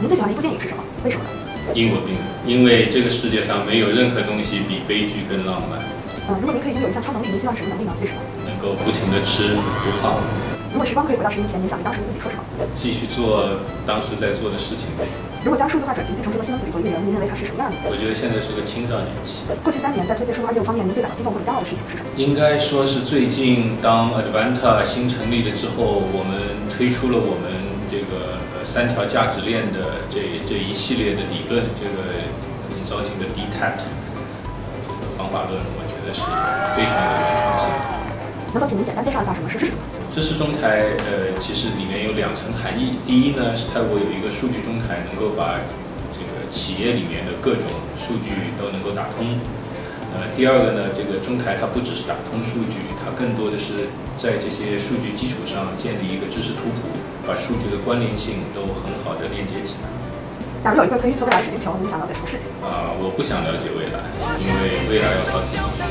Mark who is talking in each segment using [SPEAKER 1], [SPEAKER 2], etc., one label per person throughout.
[SPEAKER 1] 您最喜欢的一部电影是什么？为什么呢？
[SPEAKER 2] 因果病，因为这个世界上没有任何东西比悲剧更浪漫。
[SPEAKER 1] 呃，如果您可以拥有一项超能力，您希望是什么能力呢？为什么？
[SPEAKER 2] 能够不停的吃不胖，
[SPEAKER 1] 如果时光可以回到十年前，您想对当时的自己说什么？
[SPEAKER 2] 继续做当时在做的事情呗。
[SPEAKER 1] 如果将数字化转型进程中的新闻自己做艺人，您认为他是什么样的？
[SPEAKER 2] 我觉得现在是个青少年期，
[SPEAKER 1] 过去三年在推介数字化业务方面，您最感到激动或者骄傲的事情是什么？
[SPEAKER 2] 应该说是最近当 Advanta 新成立了之后，我们推出了我们这个呃三条价值链的这这一系列的理论，这个 consulting 的 DCAT 呃这个方法论，我觉得是非常有原创性的。
[SPEAKER 1] 能否请您简单介绍一下什么是知识？
[SPEAKER 2] 这是中台，呃，其实里面有两层含义。第一呢，是泰国有一个数据中台，能够把这个企业里面的各种数据都能够打通。呃，第二个呢，这个中台它不只是打通数据，它更多的是在这些数据基础上建立一个知识图谱，把数据的关联性都很好的连接起来。
[SPEAKER 1] 假如有一个可以预测未来的水晶球，您想了解什么事情？
[SPEAKER 2] 啊、我不想了解未来，因为未来要靠自己去创造。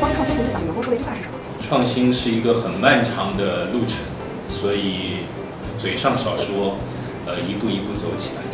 [SPEAKER 1] 关于创新，您最想对员工说的一句话是什么？
[SPEAKER 2] 创新是一个很漫长的路程，所以嘴上少说，呃，一步一步走起来。